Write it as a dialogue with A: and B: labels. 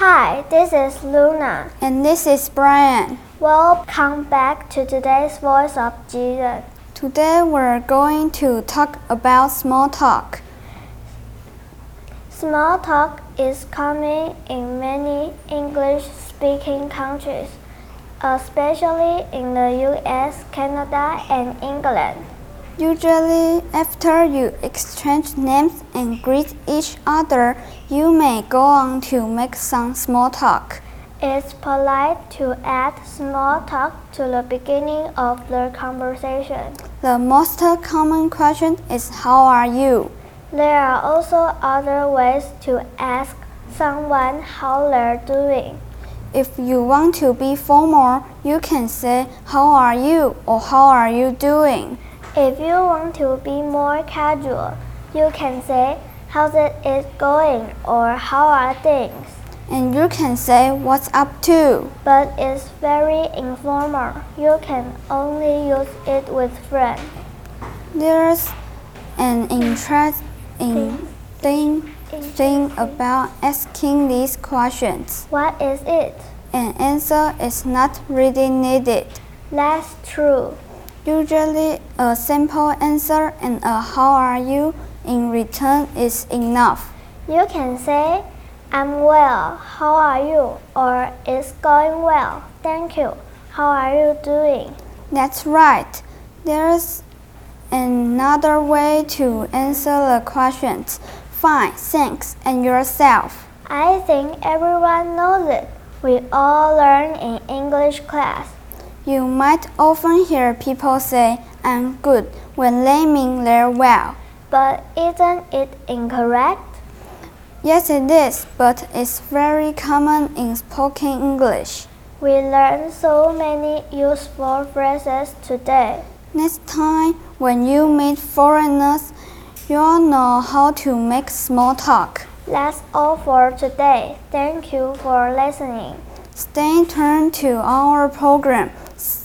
A: This is Luna.
B: And this is Brian.
A: Welcome back to today's Voice of Jesus.
B: Today we're going to talk about small talk.
A: Small talk is common in many English speaking countries, especially in the US, Canada, and England.
B: Usually, after you exchange names and greet each other, you may go on to make some small talk.
A: It's polite to add small talk to the beginning of the conversation.
B: The most common question is How are you?
A: There are also other ways to ask someone how they're doing.
B: If you want to be formal, you can say How are you? or How are you doing?
A: If you want to be more casual, you can say, How's it is going? or How are things?
B: And you can say What's up to?
A: But it's very informal. You can only use it with friends.
B: There's an interest in thing, thing about asking these questions.
A: What is it?
B: An answer is not really needed.
A: That's true.
B: Usually, a simple answer and a how are you in return is enough.
A: You can say, I'm well, how are you? or It's going well, thank you, how are you doing?
B: That's right. There's another way to answer the questions. Fine, thanks, and yourself.
A: I think everyone knows it. We all learn in English class.
B: You might often hear people say, I'm good, when they mean they're well.
A: But isn't it incorrect?
B: Yes, it is, but it's very common in spoken English.
A: We learn so many useful phrases today.
B: Next time, when you meet foreigners, you'll know how to make small talk.
A: That's all for today. Thank you for listening.
B: Stay tuned to our program.